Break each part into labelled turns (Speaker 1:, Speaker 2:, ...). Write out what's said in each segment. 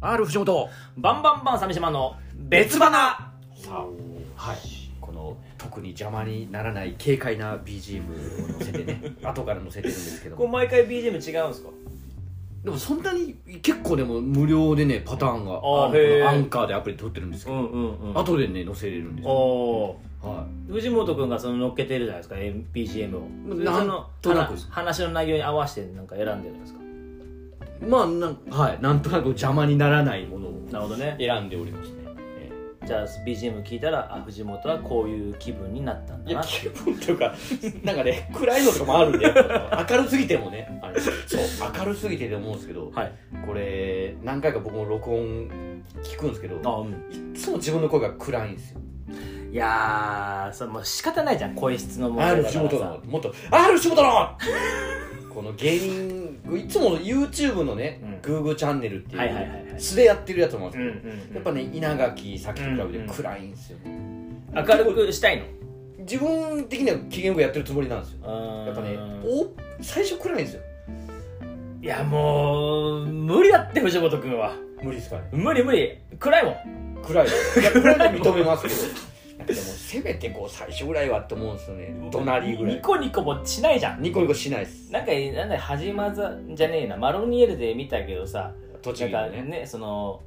Speaker 1: R 藤本
Speaker 2: バンバンバン鮫島の別花
Speaker 1: さあはいこの特に邪魔にならない軽快な BGM を乗せて ね後から乗せてるんですけど
Speaker 3: これ
Speaker 1: も
Speaker 3: 毎回 BGM 違うんですか
Speaker 1: でもそんなに結構でも無料でねパターンが
Speaker 3: あ
Speaker 1: ある
Speaker 3: へー
Speaker 1: アンカーでアプリで撮ってるんですけど、
Speaker 3: うんうあ
Speaker 1: 後でね載せれるんです
Speaker 3: お
Speaker 1: よ、
Speaker 3: お
Speaker 1: は
Speaker 3: ー藤本君がその乗っけてるじゃないですか BGM をで
Speaker 1: なん
Speaker 3: その
Speaker 1: となくです
Speaker 3: 話話の内容に合わせてなんか選んでるんですか
Speaker 1: い、まあなん,、はい、なんとなく邪魔にならないものを
Speaker 3: なるほどね
Speaker 1: 選んでおりますねえ
Speaker 3: じゃあ BGM 聞いたらあ藤本はこういう気分になったん
Speaker 1: え
Speaker 3: だ
Speaker 1: いや
Speaker 3: な
Speaker 1: 気分というかなんかね暗いのとかもあるんでやっぱ明るすぎてもねあのそう明るすぎてで思うんですけど、
Speaker 3: はい
Speaker 1: これ何回か僕も録音聞くんですけど
Speaker 3: あ、うん、
Speaker 1: いっつも自分の声が暗いんですよ
Speaker 3: いやーそれもう仕方ないじゃん声質の問
Speaker 1: あ
Speaker 3: 題
Speaker 1: る
Speaker 3: だ
Speaker 1: 仕
Speaker 3: から
Speaker 1: 事
Speaker 3: さ
Speaker 1: のもっとある仕事のこの芸人いつも YouTube のね、
Speaker 3: うん
Speaker 1: グーグーチャンネルっていう、
Speaker 3: はいはいはいはい
Speaker 1: 素でやってるやつもあるん
Speaker 3: う
Speaker 1: です
Speaker 3: ん
Speaker 1: け
Speaker 3: う
Speaker 1: ど、
Speaker 3: んうん
Speaker 1: やっぱね稲垣さっきと比べて暗いんですよ、ね
Speaker 3: 明るくしたいの
Speaker 1: 自分的には機嫌よくやってるつもりなんですよやっぱねお最初暗いんですよ
Speaker 3: いやもう無理だって藤本君は
Speaker 1: 無理ですかね
Speaker 3: 無理無理暗いもん
Speaker 1: 暗いいや暗いの認めますけどなん かでもせめてこう最初ぐらいはって思うんですよね怒鳴りぐら
Speaker 3: ニ
Speaker 1: い
Speaker 3: コニコもしないじゃん
Speaker 1: ニコニコしないです
Speaker 3: なんかなんだ始まざじゃねえなマロニエルで見たけどさ
Speaker 1: 栃木
Speaker 3: なん
Speaker 1: の
Speaker 3: か
Speaker 1: ね
Speaker 3: ねその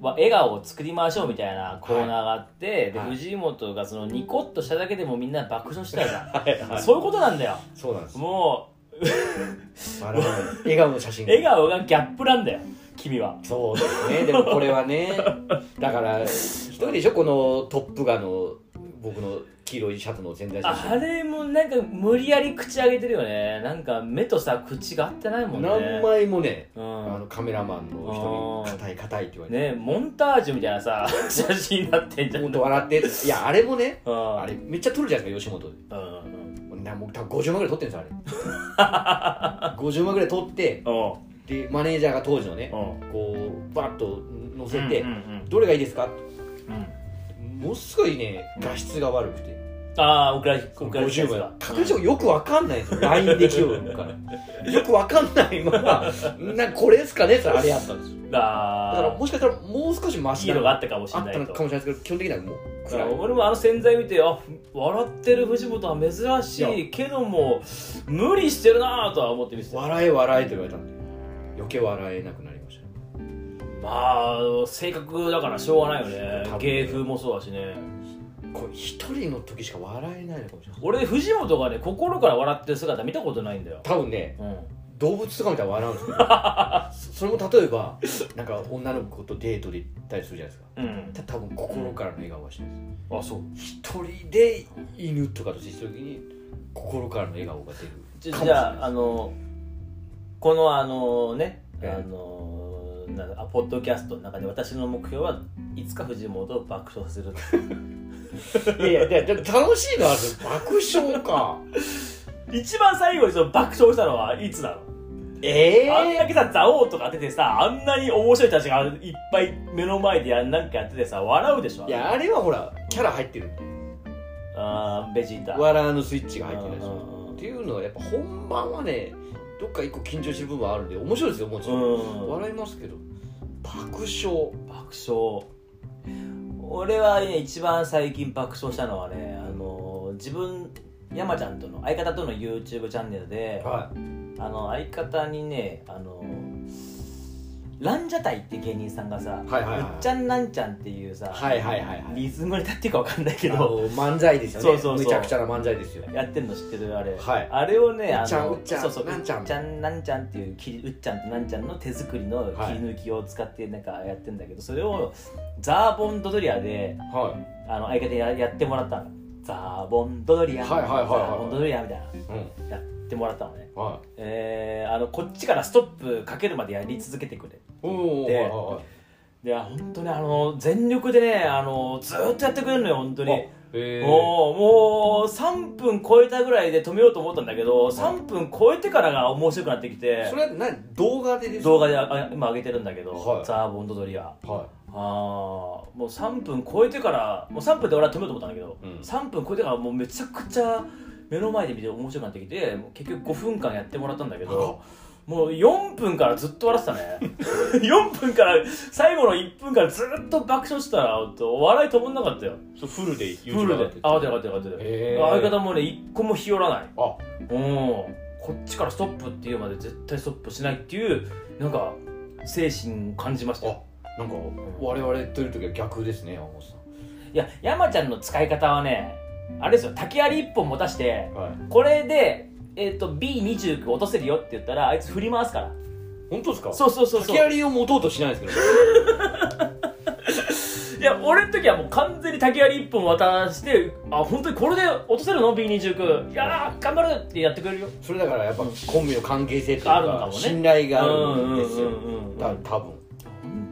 Speaker 3: わ笑顔を作りましょうみたいなコーナーがあって、で
Speaker 1: はい
Speaker 3: 藤本がそのニコッとしただけでもみんな爆笑したじゃん、
Speaker 1: はいはい
Speaker 3: そういうことなんだよ
Speaker 1: そうなんです
Speaker 3: も
Speaker 1: 笑わない笑顔の写
Speaker 3: う
Speaker 1: 真
Speaker 3: 笑顔がギャップなんだよ君は
Speaker 1: そうですねでもこれは ねだから一人でしょこのトップガの僕の黄色いシャツの全体写
Speaker 3: あ
Speaker 1: 真
Speaker 3: れもなんか無理やり口上げてるよねなんか目とさ口が合ってないもんね
Speaker 1: 何枚もね
Speaker 3: うん
Speaker 1: あのカメラマンの人
Speaker 3: あー
Speaker 1: に「硬い硬い」って言われて
Speaker 3: ねモンタージュみたいなさ 写真になってんじゃん
Speaker 1: 本当笑ってっていやあれもね
Speaker 3: うん
Speaker 1: あれめっちゃ撮るじゃないですか吉本で
Speaker 3: うんうん
Speaker 1: なもう多分50万ぐらい撮ってるんですよ あれ50万ぐらい撮って
Speaker 3: うん
Speaker 1: でマネージャーが当時のね
Speaker 3: うん
Speaker 1: こうバッと載せ
Speaker 3: う
Speaker 1: て
Speaker 3: ん
Speaker 1: 「どれがいいですか?」
Speaker 3: うんうん
Speaker 1: ものすごいね画質が悪くて
Speaker 3: ああウクライウクライナ
Speaker 1: 50
Speaker 3: だ
Speaker 1: 枚確率よくわかんないんですよ LINE できるからよくわかんないままなんかこれですかねってあれやったんですよだから
Speaker 3: あ
Speaker 1: もしかしたらもう少しマ
Speaker 3: あい
Speaker 1: シ
Speaker 3: い
Speaker 1: な
Speaker 3: のがあったかもし
Speaker 1: あ
Speaker 3: れ
Speaker 1: っ
Speaker 3: な
Speaker 1: たの
Speaker 3: い
Speaker 1: か
Speaker 3: と
Speaker 1: もしれないですけど基本的にはもう
Speaker 3: だから
Speaker 1: 暗い
Speaker 3: 俺もあの洗剤見てあ笑ってる藤本は珍しいけども無理してるなぁとは思って見てたま
Speaker 1: 笑え笑えと言われたんで余計笑えなくなりましたね
Speaker 3: あ性格だからしょうがないよ
Speaker 1: 多
Speaker 3: ね
Speaker 1: 分
Speaker 3: 芸風もそうだしね
Speaker 1: これ一人の時しか笑えないのかもしれない
Speaker 3: 俺藤本がね心から笑ってる姿見たことないんだよ
Speaker 1: 多分ね
Speaker 3: うん
Speaker 1: 動物とかみたいに笑うんですけどそれも例えばなんか女の子とデートで行ったりするじゃないですか
Speaker 3: うん
Speaker 1: た多分心からの笑顔はしてないです
Speaker 3: あそう
Speaker 1: 一人で犬とかと接した時に心からの笑顔が出る
Speaker 3: じ
Speaker 1: かもし
Speaker 3: じ
Speaker 1: れ
Speaker 3: ゃ
Speaker 1: ない
Speaker 3: ああのこのあのねあ
Speaker 1: ええ
Speaker 3: のなんだあポッドキャストの中で私の目標はいつか藤本を爆笑する
Speaker 1: いやいやでで楽しいのはある爆笑か
Speaker 3: 一番最後にその爆笑したのはいつなの、
Speaker 1: ええ
Speaker 3: あんだけさ蔵王とか出てさあんなに面白い人たちがいっぱい目の前でやなんかやっててさ笑うでしょ
Speaker 1: いやあれはほらキャラ入ってるんで
Speaker 3: あーベジータ
Speaker 1: 笑うのスイッチが入ってるでし
Speaker 3: う
Speaker 1: ょ
Speaker 3: んうんうん
Speaker 1: っていうのはやっぱ本番はねどっか一個緊張してる部分はあるんで面白いですよもちろん、
Speaker 3: うん
Speaker 1: 笑いますけど爆笑
Speaker 3: 爆笑俺はね一番最近爆笑したのはねあの自分山ちゃんとの相方との YouTube チャンネルで、
Speaker 1: い
Speaker 3: あの相方にねあのランジャタイって芸人さんがさ「
Speaker 1: はいはいはいう
Speaker 3: っちゃんなんちゃん」っていうさ、
Speaker 1: はいはいはいはい
Speaker 3: リズムネタっていうか分かんないけ
Speaker 1: あ
Speaker 3: ど
Speaker 1: の漫才ですよね
Speaker 3: そうそうそう
Speaker 1: むちゃくちゃな漫才ですよ
Speaker 3: やってんの知ってるあれ、
Speaker 1: はい
Speaker 3: あれをね
Speaker 1: うっちゃん
Speaker 3: あの
Speaker 1: うっちゃん
Speaker 3: そうそう
Speaker 1: なんちゃん
Speaker 3: うっちゃんなんちゃんっていう切りうっちゃんとなんちゃんの手作りの切り抜きを使ってなんかやってんだけど、それをザーボンドドリアで
Speaker 1: は
Speaker 3: あの相方にややってもらったのザーボンドドリア、
Speaker 1: はいはいはいはい
Speaker 3: ザーボンドドリアみたい
Speaker 1: いうん
Speaker 3: なやってもらったのね
Speaker 1: は
Speaker 3: えー、あのこっちからストップかけるまでやり続けてくれ
Speaker 1: いおお
Speaker 3: で
Speaker 1: はいはいはい
Speaker 3: で本当にあの全力でねあのずーっとやってくれるのよ本当に
Speaker 1: え
Speaker 3: もうもう3分超えたぐらいで止めようと思ったんだけど3分超えてからが面白くなってきて
Speaker 1: それは何動画でですか
Speaker 3: 動画であ今上げてるんだけど、
Speaker 1: はい
Speaker 3: ザーボンドドリア
Speaker 1: は
Speaker 3: あーもう3分超えてからもう3分で俺は止めようと思ったんだけど、
Speaker 1: うん
Speaker 3: 3分超えてからもうめちゃくちゃ目の前で見て面白くなってきてもう結局5分間やってもらったんだけどもう4分からずっと笑ってたね 4分から最後の1分からずっと爆笑してたら笑い止まんなかったよ
Speaker 1: そうフルで
Speaker 3: プー
Speaker 1: YouTube
Speaker 3: ルであよかったよかったよかった
Speaker 1: へ
Speaker 3: よ
Speaker 1: ー
Speaker 3: 相方もね一個も日和らない
Speaker 1: あ
Speaker 3: うんこっちからストップっていうまで絶対ストップしないっていうなんか精神を感じましたよ
Speaker 1: なんか我々といる時は逆ですね山本さ
Speaker 3: いや山ちゃんの使い方はねあれですよ竹槍1本持たして
Speaker 1: んはい
Speaker 3: これで、えー、と B29 落とせるよって言ったらあいつ振り回すから
Speaker 1: 本当ですか
Speaker 3: そうそうそうそう
Speaker 1: 竹槍を持とうとしないですけど
Speaker 3: いや、俺の時はもう完全に竹槍一本渡して、あ、本当にこれで落とせるの ?B29。いやー、頑張るってやってくれるよ。
Speaker 1: それだからやっぱコンビの関係性というか
Speaker 3: あるのかもね
Speaker 1: 信頼があるんですよ
Speaker 3: うんうんうんうん
Speaker 1: た多分
Speaker 3: 本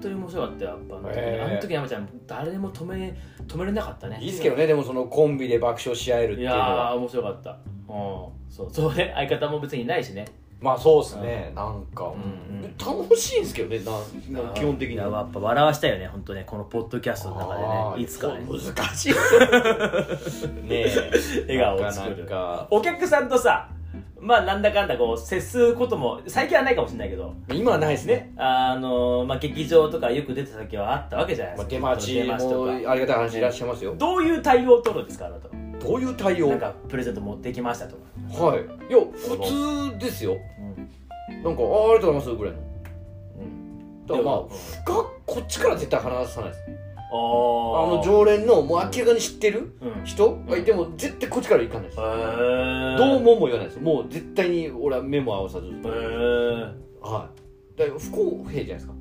Speaker 3: 当に面白かったよ、やっぱあの時,、
Speaker 1: へー
Speaker 3: あの時山ちゃん、誰も止め、止めれなかったね。
Speaker 1: いいですけどねでもそのコンビで爆笑し合えるって
Speaker 3: い
Speaker 1: いうのは
Speaker 3: やー、面白かった。うん。そう、そうね。相方も別にいないしね。
Speaker 1: まあそうですねなんか
Speaker 3: んうん
Speaker 1: 楽しいんですけどねなな基本的に
Speaker 3: いや、やっぱ笑わしたいよね、本当ね。このポッドキャストの中
Speaker 1: あ
Speaker 3: で
Speaker 1: ー
Speaker 3: ね。いつか ね。
Speaker 1: 難しいねえ
Speaker 3: 笑顔を作る
Speaker 1: なかなか
Speaker 3: お客さんとさ、まあなんだかんだこう、接することも、最近はないかもしれないけど、
Speaker 1: 今はないですね
Speaker 3: ね、あのまあ、劇場とかよく出てた時はあったわけじゃないで
Speaker 1: ますあ
Speaker 3: か。
Speaker 1: 出待ちも
Speaker 3: 出待ちとか
Speaker 1: ありがたい話いらっしゃいますよ
Speaker 3: どういう対応を取るんですか、あなたは。
Speaker 1: どういう対応
Speaker 3: なん
Speaker 1: は
Speaker 3: かプレゼント持ってきましたとか。
Speaker 1: いいや普通ですよなんか「ああありがとうございます」ぐらいのだからまあ
Speaker 3: でも
Speaker 1: 深くこっちから絶対話さないです
Speaker 3: あ
Speaker 1: あ
Speaker 3: あ
Speaker 1: の常連のもう明らかに知ってる
Speaker 3: うん。へ
Speaker 1: 人がいても絶対こっちから行かないです
Speaker 3: ー
Speaker 1: どう。もも言わないですもう絶対に俺は目も合わさず
Speaker 3: へー
Speaker 1: はいだから不公平じゃないですか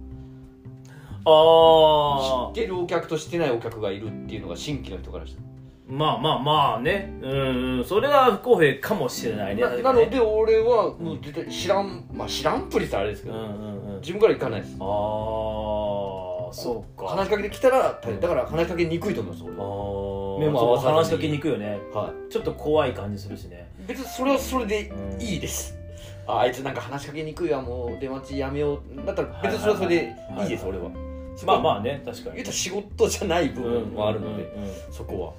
Speaker 1: 知
Speaker 3: ああ
Speaker 1: ってるお客としてないお客がいるっていうのが新規の人からした
Speaker 3: まあまあまあねうんうんそれは不公平かもしれないね
Speaker 1: らななので俺はもう絶対知らんまあ知らんぷりさあれですけ
Speaker 3: うん
Speaker 1: ど
Speaker 3: うんうんあ
Speaker 1: 自分から行かないです
Speaker 3: あーそうか
Speaker 1: 話しかけてきたら大変だから話しかけにくいと思います俺
Speaker 3: あ
Speaker 1: は
Speaker 3: ー
Speaker 1: 目も合わさずに
Speaker 3: 話しかけにくいよね
Speaker 1: は
Speaker 3: ちょっと怖い感じするしね
Speaker 1: い別にそれはそれでいいですああいつなんか話しかけにくいわもう出待ちやめようだったら別にそれはそれでいいです
Speaker 3: はい
Speaker 1: 俺は
Speaker 3: まあまあね確か
Speaker 1: 言う
Speaker 3: に
Speaker 1: たら仕事じゃない部分もあるので
Speaker 3: うんうんうん
Speaker 1: そこは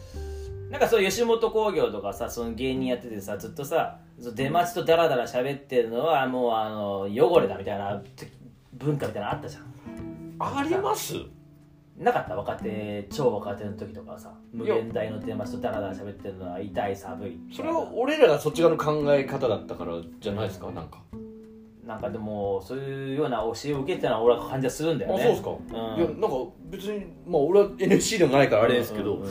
Speaker 3: なんかそう吉本興業とかさその芸人やっててさずっとさずっと出待ちとダラダラ喋ってるのはもうあの汚れだみたいなて文化みたいなのあったじゃん
Speaker 1: あります
Speaker 3: なかった若手超若手の時とかはさ無限大の出待ちとダラダラ喋ってるのは痛い寒い
Speaker 1: それは俺らがそっち側の考え方だったからじゃないですかなんか
Speaker 3: なんかでもそういうような教えを受けてたのは俺は感じはするんだよね
Speaker 1: かい
Speaker 3: うん
Speaker 1: やなんか別にまあ俺は NSC でもないからあれですけど、
Speaker 3: うんうんうん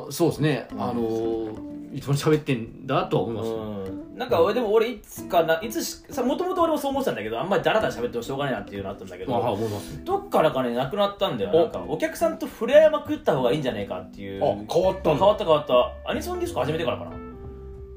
Speaker 1: まあそうですね、
Speaker 3: ん
Speaker 1: あのーいつまで喋ってんだとは思います、
Speaker 3: うん、なんか俺でも俺いつかないつしさもともと俺もそう思ってたんだけどあんまりダラダラ喋ってもしょうがないなっていうのあったんだけど、
Speaker 1: まあはい思います
Speaker 3: どっからかねなくなったんだよ
Speaker 1: お
Speaker 3: なんかお客さんと触れ合いまくった方がいいんじゃねえかっていう
Speaker 1: あ変わった
Speaker 3: 変
Speaker 1: んだ
Speaker 3: わった変わったアニソンディスコ始めてからかな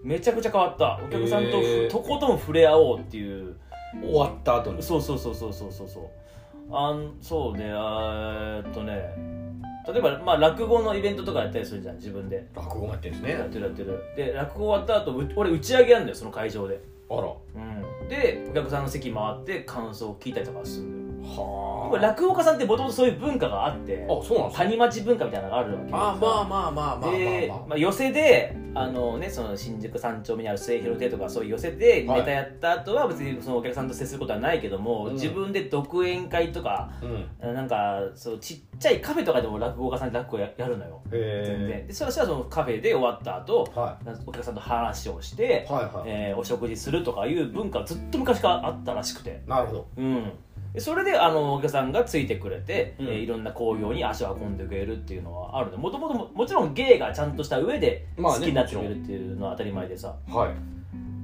Speaker 3: めちゃくちゃ変わったお客さんとふ、
Speaker 1: へー
Speaker 3: とことん触れ合おうっていう
Speaker 1: 終わった後に
Speaker 3: そうそうそうそうそうそうそうあんそうねあーえっとね例えば、まあ、落語のイベントとかやったりするじゃん自分で
Speaker 1: 落語もやってるんです
Speaker 3: やっ
Speaker 1: ね
Speaker 3: てるやってるで落語終わった後う俺打ち上げやるんだよその会場で、
Speaker 1: あら
Speaker 3: うん、でお客さんの席回って感想を聞いたりとかするんだよ
Speaker 1: は
Speaker 3: これ落語家さんってもともとそういう文化があって
Speaker 1: あそうなんですか
Speaker 3: 谷町文化みたいなのがあるわけで
Speaker 1: あまあまあまあまあまあまあ、
Speaker 3: で、まあ、寄席であの、ね、その新宿三丁目にある末広亭とかそういう寄席でネ
Speaker 1: はい
Speaker 3: タやった後は別にそのお客さんと接することはないけども、
Speaker 1: うん
Speaker 3: 自分で独演会とか
Speaker 1: うんへ
Speaker 3: なんかそうちっちゃいカフェとかでも落語家さんで落語ややるのよ全然、
Speaker 1: え
Speaker 3: でそしたらそのカフェで終わった後
Speaker 1: は
Speaker 3: お客さんと話をして、
Speaker 1: いはいはい、
Speaker 3: えーお食事するとかいう文化はずっと昔からあったらしくて
Speaker 1: なるほど
Speaker 3: うん、でそれであのお客さんがついてくれて、
Speaker 1: うん
Speaker 3: えーいろんな興行に足を運んでくれるっていうのはあるのもともとももちろん芸がちゃんとした上で
Speaker 1: まあ
Speaker 3: 好
Speaker 1: ね
Speaker 3: きになってくれるっていうのは当たり前でさ、
Speaker 1: はい、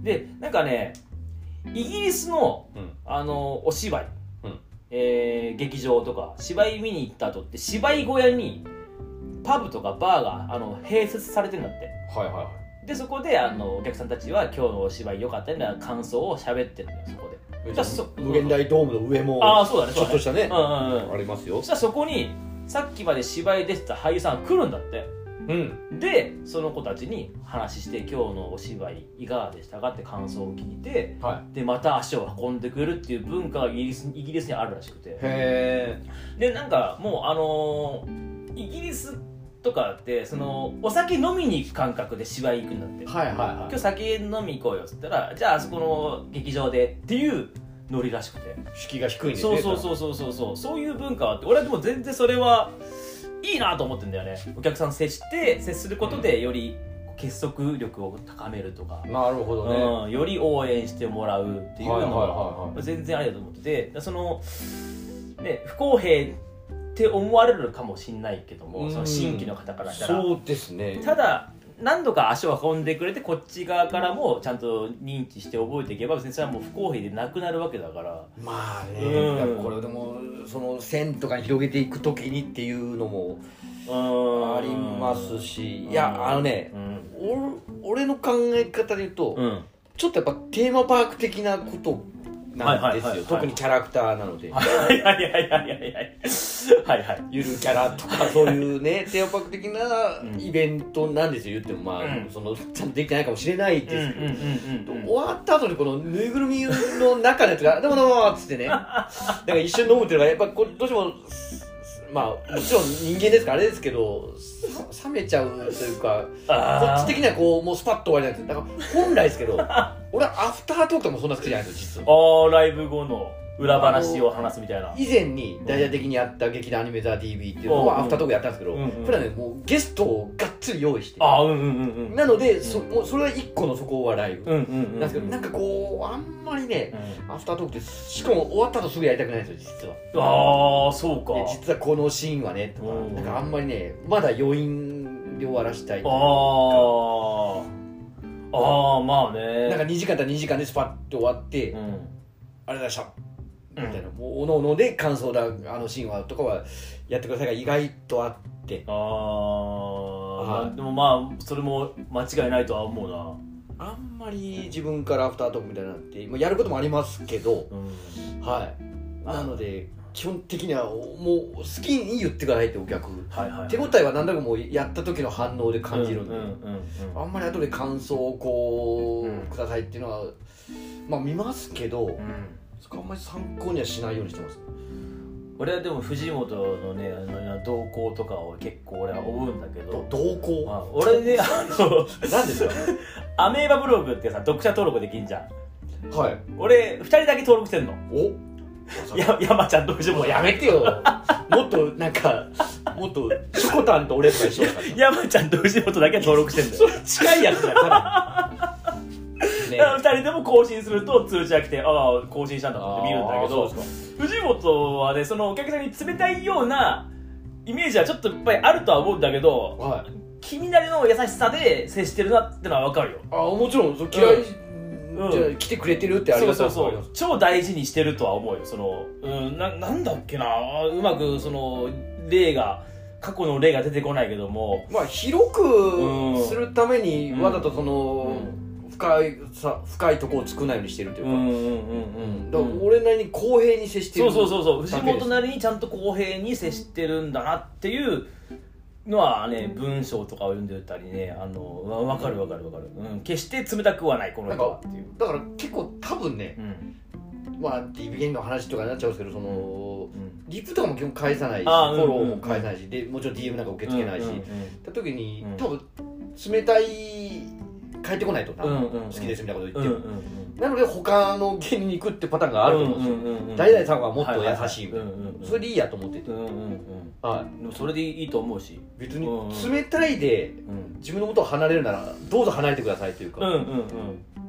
Speaker 3: でなんかねイギリスの
Speaker 1: うん、
Speaker 3: あのお芝居、
Speaker 1: うん
Speaker 3: えー劇場とか芝居見に行った後って芝居小屋にパブとかバーがあの併設されてるんだって
Speaker 1: はいはいはい
Speaker 3: でそこであのお客さんたちは今日のお芝居良かったよね感想を喋ってるんだよそこでじゃあそ
Speaker 1: 無限大ドームの上も
Speaker 3: ああそうだね
Speaker 1: ちょっとしたね、
Speaker 3: うんうんうん
Speaker 1: ありますよ
Speaker 3: そしたらそこにさっきまで芝居出てた俳優さんが来るんだって
Speaker 1: うん
Speaker 3: でその子たちに話して今日のお芝居いかがでしたかって感想を聞いて
Speaker 1: は
Speaker 3: でまた足を運んでくれるっていう文化がイギリスイギリスにあるらしくて
Speaker 1: いへえ
Speaker 3: でなんかもうあのーイギリスとかってそのお酒飲みに行く感覚で芝居行くんだって
Speaker 1: はいはいはい
Speaker 3: 今日酒飲み行こうよっつったらじゃああそこの劇場でっていうノリらしくて
Speaker 1: 敷居が低いんです
Speaker 3: そ
Speaker 1: ね
Speaker 3: うそうそうそうそうそうそういう文化はあって俺はでも全然それはいいなと思ってんだよねお客さんと接して接することでより結束力を高めるとか、
Speaker 1: なるほどね、
Speaker 3: うん、より応援してもらうっていうの
Speaker 1: はいはい
Speaker 3: が
Speaker 1: はいは
Speaker 3: 全然ありだと思っててでその、ね、不公平って思われるかもしれないけども、
Speaker 1: うん
Speaker 3: その新規の方からしたら
Speaker 1: そうですね
Speaker 3: ただ何度か足を運んでくれてこっち側からもちゃんと認知して覚えていけば別にそれはもう不公平でなくなるわけだから
Speaker 1: まあね、
Speaker 3: うん
Speaker 1: だからこれでもその線とかに広げていくときにっていうのも
Speaker 3: あ
Speaker 1: ありますし、いやあのね、
Speaker 3: うん
Speaker 1: お俺の考え方で言うと、
Speaker 3: うん
Speaker 1: ちょっとやっぱテーマパーク的なことなんですよ、
Speaker 3: はいはいはいはい
Speaker 1: 特にキャラクターなので、
Speaker 3: はいはいはいはいはいはいはいはい
Speaker 1: ゆるキャラと かそういうねテーマパーク的
Speaker 3: うん
Speaker 1: なイベントなんですよ言ってもまあ、
Speaker 3: うん
Speaker 1: そのちゃんとできてないかもしれないですけど、
Speaker 3: うんうんうんうん
Speaker 1: 終わった後にこのぬいぐるみの中のやつが「どうもどうも」っつってねだから一緒に飲むっていうのがやっぱこれどうしてもまあもちろん人間ですからあれですけどさ冷めちゃうというかこ
Speaker 3: あ
Speaker 1: っ
Speaker 3: ー
Speaker 1: ち的にはこうもうスパッと終わりなんですよだから本来ですけど俺はアフタートークとかもそんな好きじゃないんですよ実は
Speaker 3: あーライブ後の裏話を話すみたいな
Speaker 1: 以前に大々的にやった劇団アニメザ TV っていうの
Speaker 3: うん
Speaker 1: はアフタートークやったんですけど、
Speaker 3: うんうん
Speaker 1: 普段ねもうゲストをがっつり用意して
Speaker 3: ああうんうんうんうん
Speaker 1: なのでそもうそれは一個のそこはライブ
Speaker 3: うんうんう
Speaker 1: な
Speaker 3: ん
Speaker 1: んですけどなんかこうあんまりね、
Speaker 3: うん
Speaker 1: アフタートークってしかも終わった後すぐやりたくないんですよ実は
Speaker 3: ああそうか
Speaker 1: で実はこのシーンはねとか
Speaker 3: うん
Speaker 1: なんかあんまりねまだ余韻で終わらしたい
Speaker 3: あーあーまあね
Speaker 1: なんか2時間だったら2時間でスパッと終わって、
Speaker 3: う
Speaker 1: あ
Speaker 3: ん
Speaker 1: りがとうございましたみたいな、もうおのおので感想だあのシーンはとかはやってくださいが意外とあって
Speaker 3: ああ、
Speaker 1: はい
Speaker 3: まあでもまあそれも間違いないとは思う
Speaker 1: あんまり自分からアフタートークみたいなのってもうやることもありますけど、
Speaker 3: な、うん、
Speaker 1: はいなので基本的にはもう好きに言ってくださいってお客
Speaker 3: はいはい
Speaker 1: 手応えは何だかもうやった時の反応で感じるん
Speaker 3: うん
Speaker 1: で、
Speaker 3: うんうんうん
Speaker 1: あんまり後で感想をこう、
Speaker 3: うん
Speaker 1: くださいっていうのはまあ見ますけど、
Speaker 3: うん
Speaker 1: そこあんまり参考にはしないようにしてます
Speaker 3: 俺はでも藤本のねあの動向とかを結構俺は追うんだけ
Speaker 1: ど
Speaker 3: ど、
Speaker 1: 同行
Speaker 3: まあ、俺ねあの
Speaker 1: なんですか
Speaker 3: アメーバブログってさ読者登録できんじゃん
Speaker 1: はい
Speaker 3: 俺2人だけ登録してんの
Speaker 1: お
Speaker 3: や山ちゃんどうしよう
Speaker 1: も
Speaker 3: も
Speaker 1: う
Speaker 3: や
Speaker 1: やめてよもっとなんかもっとしょこたんと俺とか一緒だか
Speaker 3: 山ちゃんどうしようとだけ登録してんだよ
Speaker 1: ら近いやつだからね
Speaker 3: 2人でも更新すると通知が来てああ更新したんだと思って見るんだけど
Speaker 1: あーそうです
Speaker 3: 藤本はねそのお客さんに冷たいようなイメージはちょっとやっぱりあるとは思うんだけ
Speaker 1: か
Speaker 3: ど
Speaker 1: はい
Speaker 3: 君なりの優しさで接してるなってのは分かるよ
Speaker 1: あもちろんそう嫌い、
Speaker 3: うん
Speaker 1: じゃあ来てくれてるってあり
Speaker 3: そ
Speaker 1: が
Speaker 3: う
Speaker 1: たいうことあ
Speaker 3: そそ
Speaker 1: りま
Speaker 3: う超大事にしてるとは思うよその、うん、ななんだっけなうまくその例が過去の例が出てこないけども
Speaker 1: すまあ広くするために
Speaker 3: うん
Speaker 1: わざとその、深いさ深いとこを作らないようにしてるといううん
Speaker 3: う
Speaker 1: か、
Speaker 3: んうんうん
Speaker 1: だから俺なりに公平に接して
Speaker 3: そ
Speaker 1: る
Speaker 3: うそうそうそう
Speaker 1: だ
Speaker 3: 藤
Speaker 1: けです
Speaker 3: 本なりにちゃんと公平に接してるんだなっていうのはね文章とかを読んでたりねあのわわかるわかるわかる、うん、決して冷たくはないこの人はっていう、
Speaker 1: だから結構多分ね
Speaker 3: うん
Speaker 1: まあ DBN の話とかになっちゃうんですけどその
Speaker 3: うん、
Speaker 1: リプとかも基本返さないしフ
Speaker 3: あーうん
Speaker 1: ォローも返さないしでもちろん DM なんか受け付けないし、
Speaker 3: うん
Speaker 1: った時に
Speaker 3: うん
Speaker 1: 多分冷たい返ってこないとな、
Speaker 3: うんうんうん
Speaker 1: 好きですみたいなこと言って
Speaker 3: うんうんうん
Speaker 1: る、なので他の芸人に行くってパターンがあると思うんですよ、
Speaker 3: うんうんうん
Speaker 1: 誰々さんはもっと優しいみたい
Speaker 3: は
Speaker 1: な、
Speaker 3: いはいはいうんうんうん
Speaker 1: それでいいやと思ってて、
Speaker 3: うんうんうん
Speaker 1: は
Speaker 3: でもそれでいいと思うし、
Speaker 1: い、別に
Speaker 3: うんうん
Speaker 1: 冷たいで
Speaker 3: うん、
Speaker 1: 自分のことを離れるならどうぞ離れてくださいという
Speaker 3: う
Speaker 1: か、
Speaker 3: んう
Speaker 1: う
Speaker 3: ん
Speaker 1: ん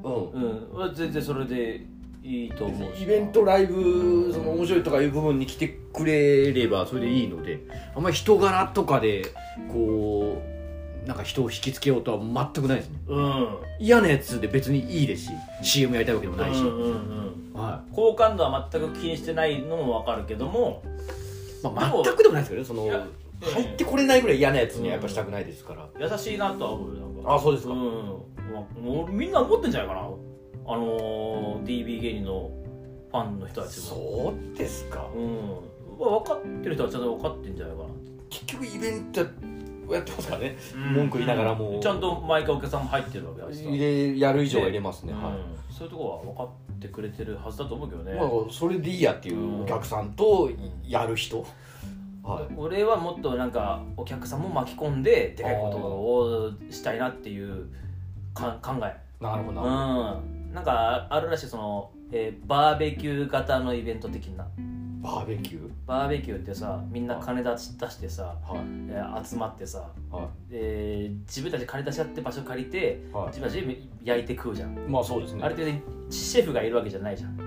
Speaker 3: うんうん俺は全然それでいいと思うし
Speaker 1: イベントライブその面白いとかいう部分に来てくれればそれでいいのであんまり人柄とかでこうなんか人を引きつけようとは全くないですね
Speaker 3: うん
Speaker 1: 嫌なやつで別にいいですし CM やりたいわけでもないし、
Speaker 3: うんうんうん
Speaker 1: は
Speaker 3: 好感度は全く気にしてないのもわかるけども、
Speaker 1: いまあ、全くでもないですけどねその
Speaker 3: いや
Speaker 1: 入ってこれないぐらい嫌なやつにはやっぱしたくないですから、
Speaker 3: 優しいなとは思うよなんか
Speaker 1: あそうですか
Speaker 3: うんうんうん、みんな思ってんじゃないかなあのー、DB 芸人のファンの人たちも
Speaker 1: そうですか
Speaker 3: うん分かってる人はちゃんと分かってんじゃないかな、
Speaker 1: 結局イベントやってますからね文句言いながらも
Speaker 3: ちゃんと毎回お客さんも入ってるわけだしさ
Speaker 1: 入れやる以上は入れますね、はい
Speaker 3: うんそういうところは分かってくれてるはずだと思うけどね、
Speaker 1: まあ、それでいいやっていうお客さんとやる人、はい
Speaker 3: 俺はもっとなんかお客さんも巻き込んででかいことをしたいなっていうか考え
Speaker 1: なるほどなる
Speaker 3: うんなんかあるらしいそのえーバーベキュー型のイベント的な
Speaker 1: バーベキュー
Speaker 3: バーベキューってさみんな金出し出してさ、
Speaker 1: はい
Speaker 3: えー集まってさ、
Speaker 1: は
Speaker 3: えー自分たち金出し合って場所借りて
Speaker 1: いは
Speaker 3: 自分たちで焼いて食うじゃん、
Speaker 1: いまあそうですね
Speaker 3: あれってシェフがいるわけじゃないじゃん
Speaker 1: う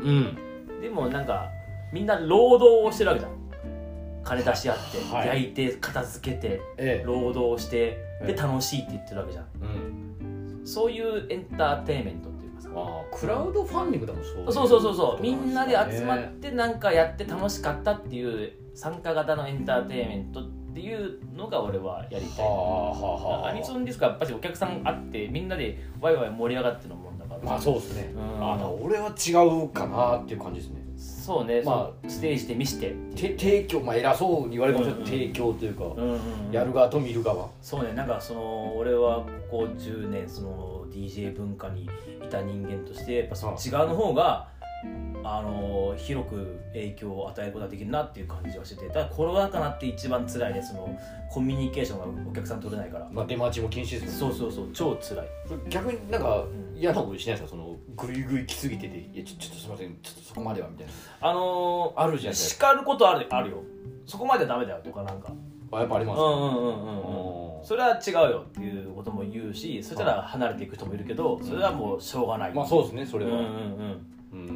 Speaker 1: ん
Speaker 3: でもなんかみんな労働をしてるわけじゃん金出し合って、
Speaker 1: はい
Speaker 3: 焼いて片付けて
Speaker 1: ええ
Speaker 3: 労働して
Speaker 1: ええ
Speaker 3: で楽しいって言ってるわけじゃん
Speaker 1: うん
Speaker 3: そういうエンターテインメントっていうかさ
Speaker 1: ああクラウドファンディングでもそう
Speaker 3: そうそうそう
Speaker 1: こ
Speaker 3: そう
Speaker 1: と
Speaker 3: みんなで
Speaker 1: なんです
Speaker 3: 集
Speaker 1: ね
Speaker 3: まってなんかやって楽しかったっていう参加型のエンターテインメントっていうのが俺はやり
Speaker 1: は
Speaker 3: たい
Speaker 1: あはあはあ
Speaker 3: アニソンですからやっぱりお客さんあってみんなでワイワイ盛り上がってるもんだから、
Speaker 1: まあそうですね
Speaker 3: うん
Speaker 1: あだから俺は違うかなっていう感じですね
Speaker 3: そうね、
Speaker 1: ま
Speaker 3: まあ、ステージで見して
Speaker 1: て提供まあ偉そうに言われるかもしれない
Speaker 3: うん
Speaker 1: 提供というか、
Speaker 3: うんうんうん
Speaker 1: やる側と見る側
Speaker 3: そうねなんかその俺はここ10年その DJ 文化にいた人間としてやっぱそっち側の方があの広く影響を与えることができるなっていう感じはしててただコロナ禍になって一番辛いねそのコミュニケーションがお客さん取れないから
Speaker 1: まあ出待ちも禁止です
Speaker 3: そうそうそう超辛い
Speaker 1: もんね逆になんか
Speaker 3: ん
Speaker 1: 嫌なことしないですかそのグイグイ来すぎてて「いやちょちょっとすいませんちょっとそこまでは」みたいな
Speaker 3: あのー
Speaker 1: あるじゃん
Speaker 3: 叱ることあるあるよそこまではダメだよとかなんか
Speaker 1: あやっぱあり
Speaker 3: う
Speaker 1: ま
Speaker 3: ん
Speaker 1: すか
Speaker 3: うんうんうんうんそれは違うよっていうことも言うしそしたら離れていく人もいるけどそれはもうしょうがない
Speaker 1: まあそうですねそれ
Speaker 3: うんうん
Speaker 1: は
Speaker 3: うん
Speaker 1: う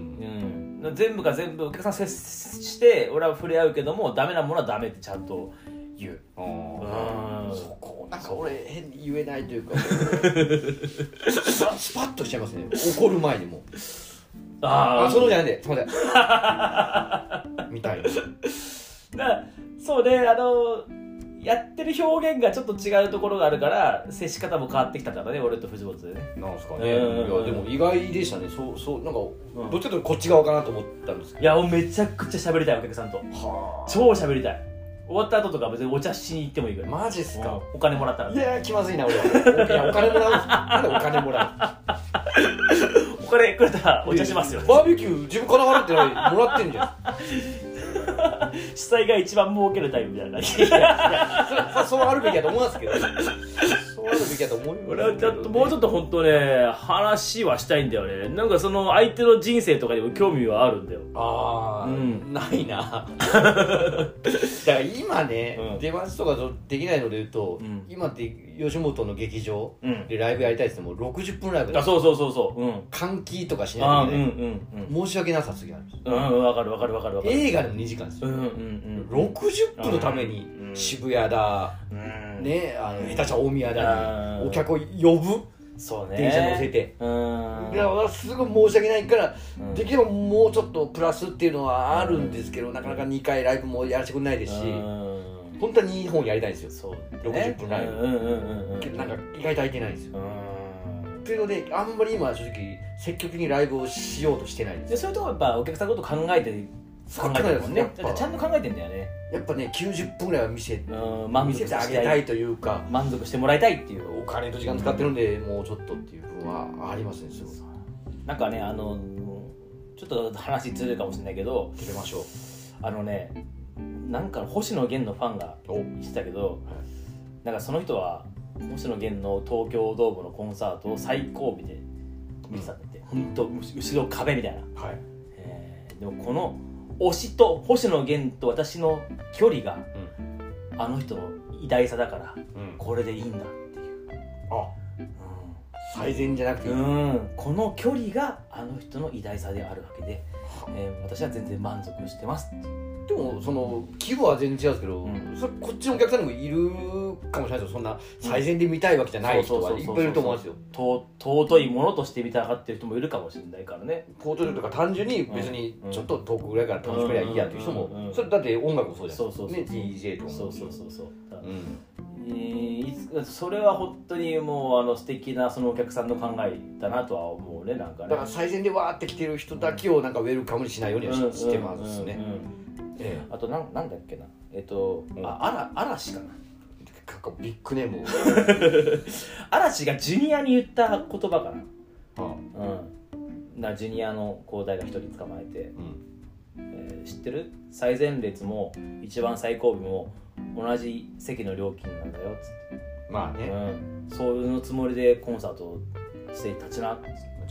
Speaker 1: ん
Speaker 3: うん、全部が全部お客さん接して俺は触れ合うけどもダメなものはダメってちゃんと言う
Speaker 1: あ
Speaker 3: う
Speaker 1: ー
Speaker 3: ん
Speaker 1: そこなんか俺変に言えないという かスパスパッとしちゃいますね怒る前にもうあ
Speaker 3: あ
Speaker 1: あそうじゃないんですいません みたいな
Speaker 3: だそうねあのやってる表現がちょっと違うところがあるから接し方も変わってきたからね俺と藤本でね
Speaker 1: なんすか
Speaker 3: うん
Speaker 1: ね、いやでも意外でしたねそうそうなんか、
Speaker 3: うん
Speaker 1: どっちかというとこっち側かなと思ったんですけ
Speaker 3: いやもうめちゃくちゃ喋りたいお客さんと
Speaker 1: どは
Speaker 3: 超喋りたい終わった後とか別にお茶しに行ってもいいぐらい、
Speaker 1: マジっす
Speaker 3: うん
Speaker 1: か、
Speaker 3: お金もらったら
Speaker 1: いやー気まずいな俺はいやお金もらうんすなんでお金もら
Speaker 3: お金くれたら
Speaker 1: う
Speaker 3: お茶しますよ
Speaker 1: いやバーベキュー自分から払ってないもらってんじゃん
Speaker 3: 主催が一番儲けるタイプみたいな感じ
Speaker 1: そそそうあるべきやと思うんですけどそうあるべきやと思うよ
Speaker 3: 俺はちょっともうちょっと本当ね話はしたいんだよねなんかその相手の人生とかにも興味はあるんだよ
Speaker 1: ああ、
Speaker 3: うん
Speaker 1: ない なだから今ね、
Speaker 3: うん
Speaker 1: 出待ちとかできないので言うと、
Speaker 3: うん
Speaker 1: 今って吉本の劇場
Speaker 3: うん
Speaker 1: でライブやりたいって言っても60分ライブ
Speaker 3: あそうそうそうそううん
Speaker 1: 換気とかしな
Speaker 3: あう
Speaker 1: い
Speaker 3: ん
Speaker 1: と
Speaker 3: う
Speaker 1: い
Speaker 3: ん
Speaker 1: けない申し訳なさすぎあるんですよ
Speaker 3: うんうんうんわかるわかるわかるわかる
Speaker 1: 映画でも2時間です
Speaker 3: う
Speaker 1: よ、
Speaker 3: んうんうん
Speaker 1: 60分のために
Speaker 3: うん
Speaker 1: 渋谷だ、
Speaker 3: うん
Speaker 1: ねあの下手したら大宮だに
Speaker 3: うん
Speaker 1: お客を呼ぶ
Speaker 3: そうね
Speaker 1: 電車乗せて
Speaker 3: うん
Speaker 1: だからすごい申し訳ないから、
Speaker 3: うん
Speaker 1: できればもうちょっとプラスっていうのはあるんですけど、なかなか2回ライブもやらせてくれないですし、
Speaker 3: うん
Speaker 1: 本当に2本やりたいんですよ、
Speaker 3: そう
Speaker 1: 60分ライブ
Speaker 3: うんうんうんうん
Speaker 1: けどなんか意外と空いてないんですよ、
Speaker 3: うん
Speaker 1: っていうのであんまり今は正直積極的にライブをしようとしてないんです
Speaker 3: でそういうとこやっぱお客さんのこと考えて
Speaker 1: そ
Speaker 3: 考
Speaker 1: う
Speaker 3: えてるもんね
Speaker 1: 考えてますやっぱ
Speaker 3: ちゃんと考えてんだよね
Speaker 1: やっぱね90分ぐらいは見せ
Speaker 3: うん満
Speaker 1: 見
Speaker 3: 足
Speaker 1: せ
Speaker 3: して
Speaker 1: あ
Speaker 3: た
Speaker 1: げた
Speaker 3: い
Speaker 1: いというか
Speaker 3: 満足してもらいたいっていう
Speaker 1: お金と時間使ってるんでもうちょっとっていう分はありますねすごい
Speaker 3: なんかねあのちょっと話ずれるかもしれないけど
Speaker 1: 入れましょ
Speaker 3: あのねなんか星野源のファンが
Speaker 1: うお
Speaker 3: 言ってたけど、
Speaker 1: はい
Speaker 3: なんかその人は星野源の東京ドームのコンサートを最後尾で見てたんだって、ほんと後ろ壁みたいな、
Speaker 1: はい
Speaker 3: えーでもこの推しと星野源と私の距離が、あの人の偉大さだから
Speaker 1: うん
Speaker 3: これでいいんだっていう、
Speaker 1: あ最善じゃなくて
Speaker 3: う
Speaker 1: いい
Speaker 3: んうんこの距離があの人の偉大さであるわけでえー私は全然満足してます
Speaker 1: でもその規模は全然違うんですけど、
Speaker 3: うん
Speaker 1: それこっちのお客さんにもいるかもしれないですよそんな最善で見たいわけじゃない人はいっぱいいると思うんですよ
Speaker 3: と尊いものとして見たがってる人もいるかもしれないからね
Speaker 1: ポートルとか単純に別に
Speaker 3: うん
Speaker 1: ちょっと遠くぐらいから楽しめりゃいいやっていう人
Speaker 3: うんうんうん
Speaker 1: も
Speaker 3: うん
Speaker 1: それだって音楽もそうじゃないです
Speaker 3: そう
Speaker 1: か
Speaker 3: そうそう
Speaker 1: ね DJ とかも
Speaker 3: そうそうそうそう、
Speaker 1: うん
Speaker 3: えーいつそれは本当にもうあの素敵なそのお客さんの考えだなとは思うねなんか
Speaker 1: だ
Speaker 3: ね
Speaker 1: から最善でわーって来てる人だけをなんかウェルカムにしないようにはし
Speaker 3: うん
Speaker 1: してますね
Speaker 3: うんうん
Speaker 1: え
Speaker 3: あとなんなんだっけなえっと、
Speaker 1: うん
Speaker 3: ああら嵐かな
Speaker 1: えかっこビッグネームを
Speaker 3: 嵐がジュニアに言った言葉か
Speaker 1: あ
Speaker 3: なうんなジュニアの後代が一人捕まえて、
Speaker 1: うん
Speaker 3: えー知ってる最前列も一番最後尾も同じ席の料金なんだよっつっ
Speaker 1: まあ
Speaker 3: て、
Speaker 1: ね
Speaker 3: うん、そういうのつもりでコンサートをして立ちな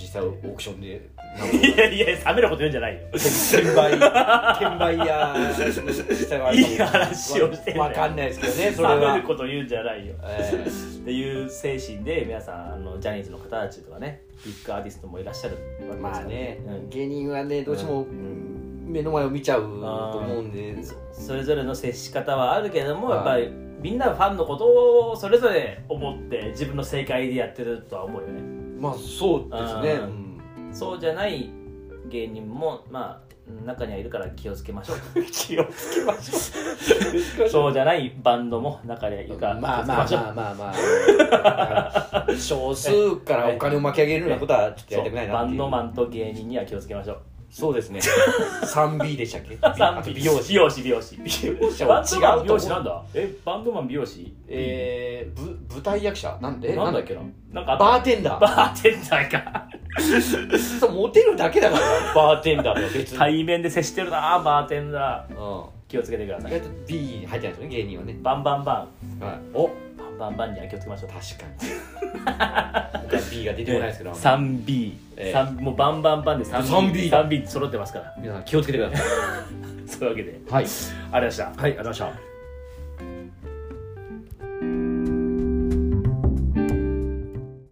Speaker 1: 実際オークションで
Speaker 3: いやいや冷めること言うんじゃないよ
Speaker 1: 転売転売やしたらあるかも
Speaker 3: いい話をしてんだよ
Speaker 1: わかんないですけどねそれ
Speaker 3: 冷
Speaker 1: は
Speaker 3: めること言うんじゃないよ
Speaker 1: え
Speaker 3: っていう精神で皆さんあのジャニーズの方たちとかねビッグアーティストもいらっしゃるわけですか
Speaker 1: え
Speaker 3: ら
Speaker 1: まあね
Speaker 3: うん
Speaker 1: 芸人はねどうしても目の前を見ちゃうと思うんで
Speaker 3: それぞれの接し方はあるけれども
Speaker 1: はい
Speaker 3: やっぱりみんなファンのことをそれぞれ思って自分の正解でやってるとは思うよね
Speaker 1: まあそうですね
Speaker 3: うそうじゃない芸人もまあ中にはいるから気をつけ ましょう
Speaker 1: 気をつけましょ
Speaker 3: そうじゃないバンドも中にはいるから気
Speaker 1: ま
Speaker 3: を
Speaker 1: あ
Speaker 3: つ
Speaker 1: まあ
Speaker 3: けましょう
Speaker 1: まあまあまあまあ少数からお金を巻き上げるようなことはちょっとや
Speaker 3: そ
Speaker 1: りた
Speaker 3: う
Speaker 1: くないな
Speaker 3: バ
Speaker 1: ってい
Speaker 3: ン
Speaker 1: う
Speaker 3: ドマンと芸人には気をつけましょう
Speaker 1: そうですね 3B でしたっけ
Speaker 3: 賛否
Speaker 1: 美容師
Speaker 3: 美容師美容師
Speaker 1: 美容師
Speaker 3: バ
Speaker 1: は
Speaker 3: ン
Speaker 1: 違
Speaker 3: ド
Speaker 1: う
Speaker 3: マン
Speaker 1: と
Speaker 3: 美容
Speaker 1: 思
Speaker 3: 師
Speaker 1: う
Speaker 3: なんだえバンドマン美容師
Speaker 1: えー、ぶ舞台役者なんで
Speaker 3: なんだっけななんかあった
Speaker 1: バーテンダー
Speaker 3: バーテンダーか
Speaker 1: そうモテるだけだからなバーテンダーとは別に、
Speaker 3: 対面で接してるなバーテンダー
Speaker 1: う
Speaker 3: 気をつけてくださ
Speaker 1: ん、意
Speaker 3: い
Speaker 1: 外と B に入ってないですよね芸人はね、
Speaker 3: バンバンバ
Speaker 1: はい、お
Speaker 3: ンバンバンバンには気をつけましょう
Speaker 1: 確かに 僕は B が出てこないですけど
Speaker 3: 3B、
Speaker 1: ええ
Speaker 3: 三もうバンバンバンで 3B,
Speaker 1: 3B だ
Speaker 3: 3B 揃ってますから
Speaker 1: 皆さん気をつけてください
Speaker 3: そういうわけで
Speaker 1: はい
Speaker 3: ありがとうございました
Speaker 1: はいありがとうございました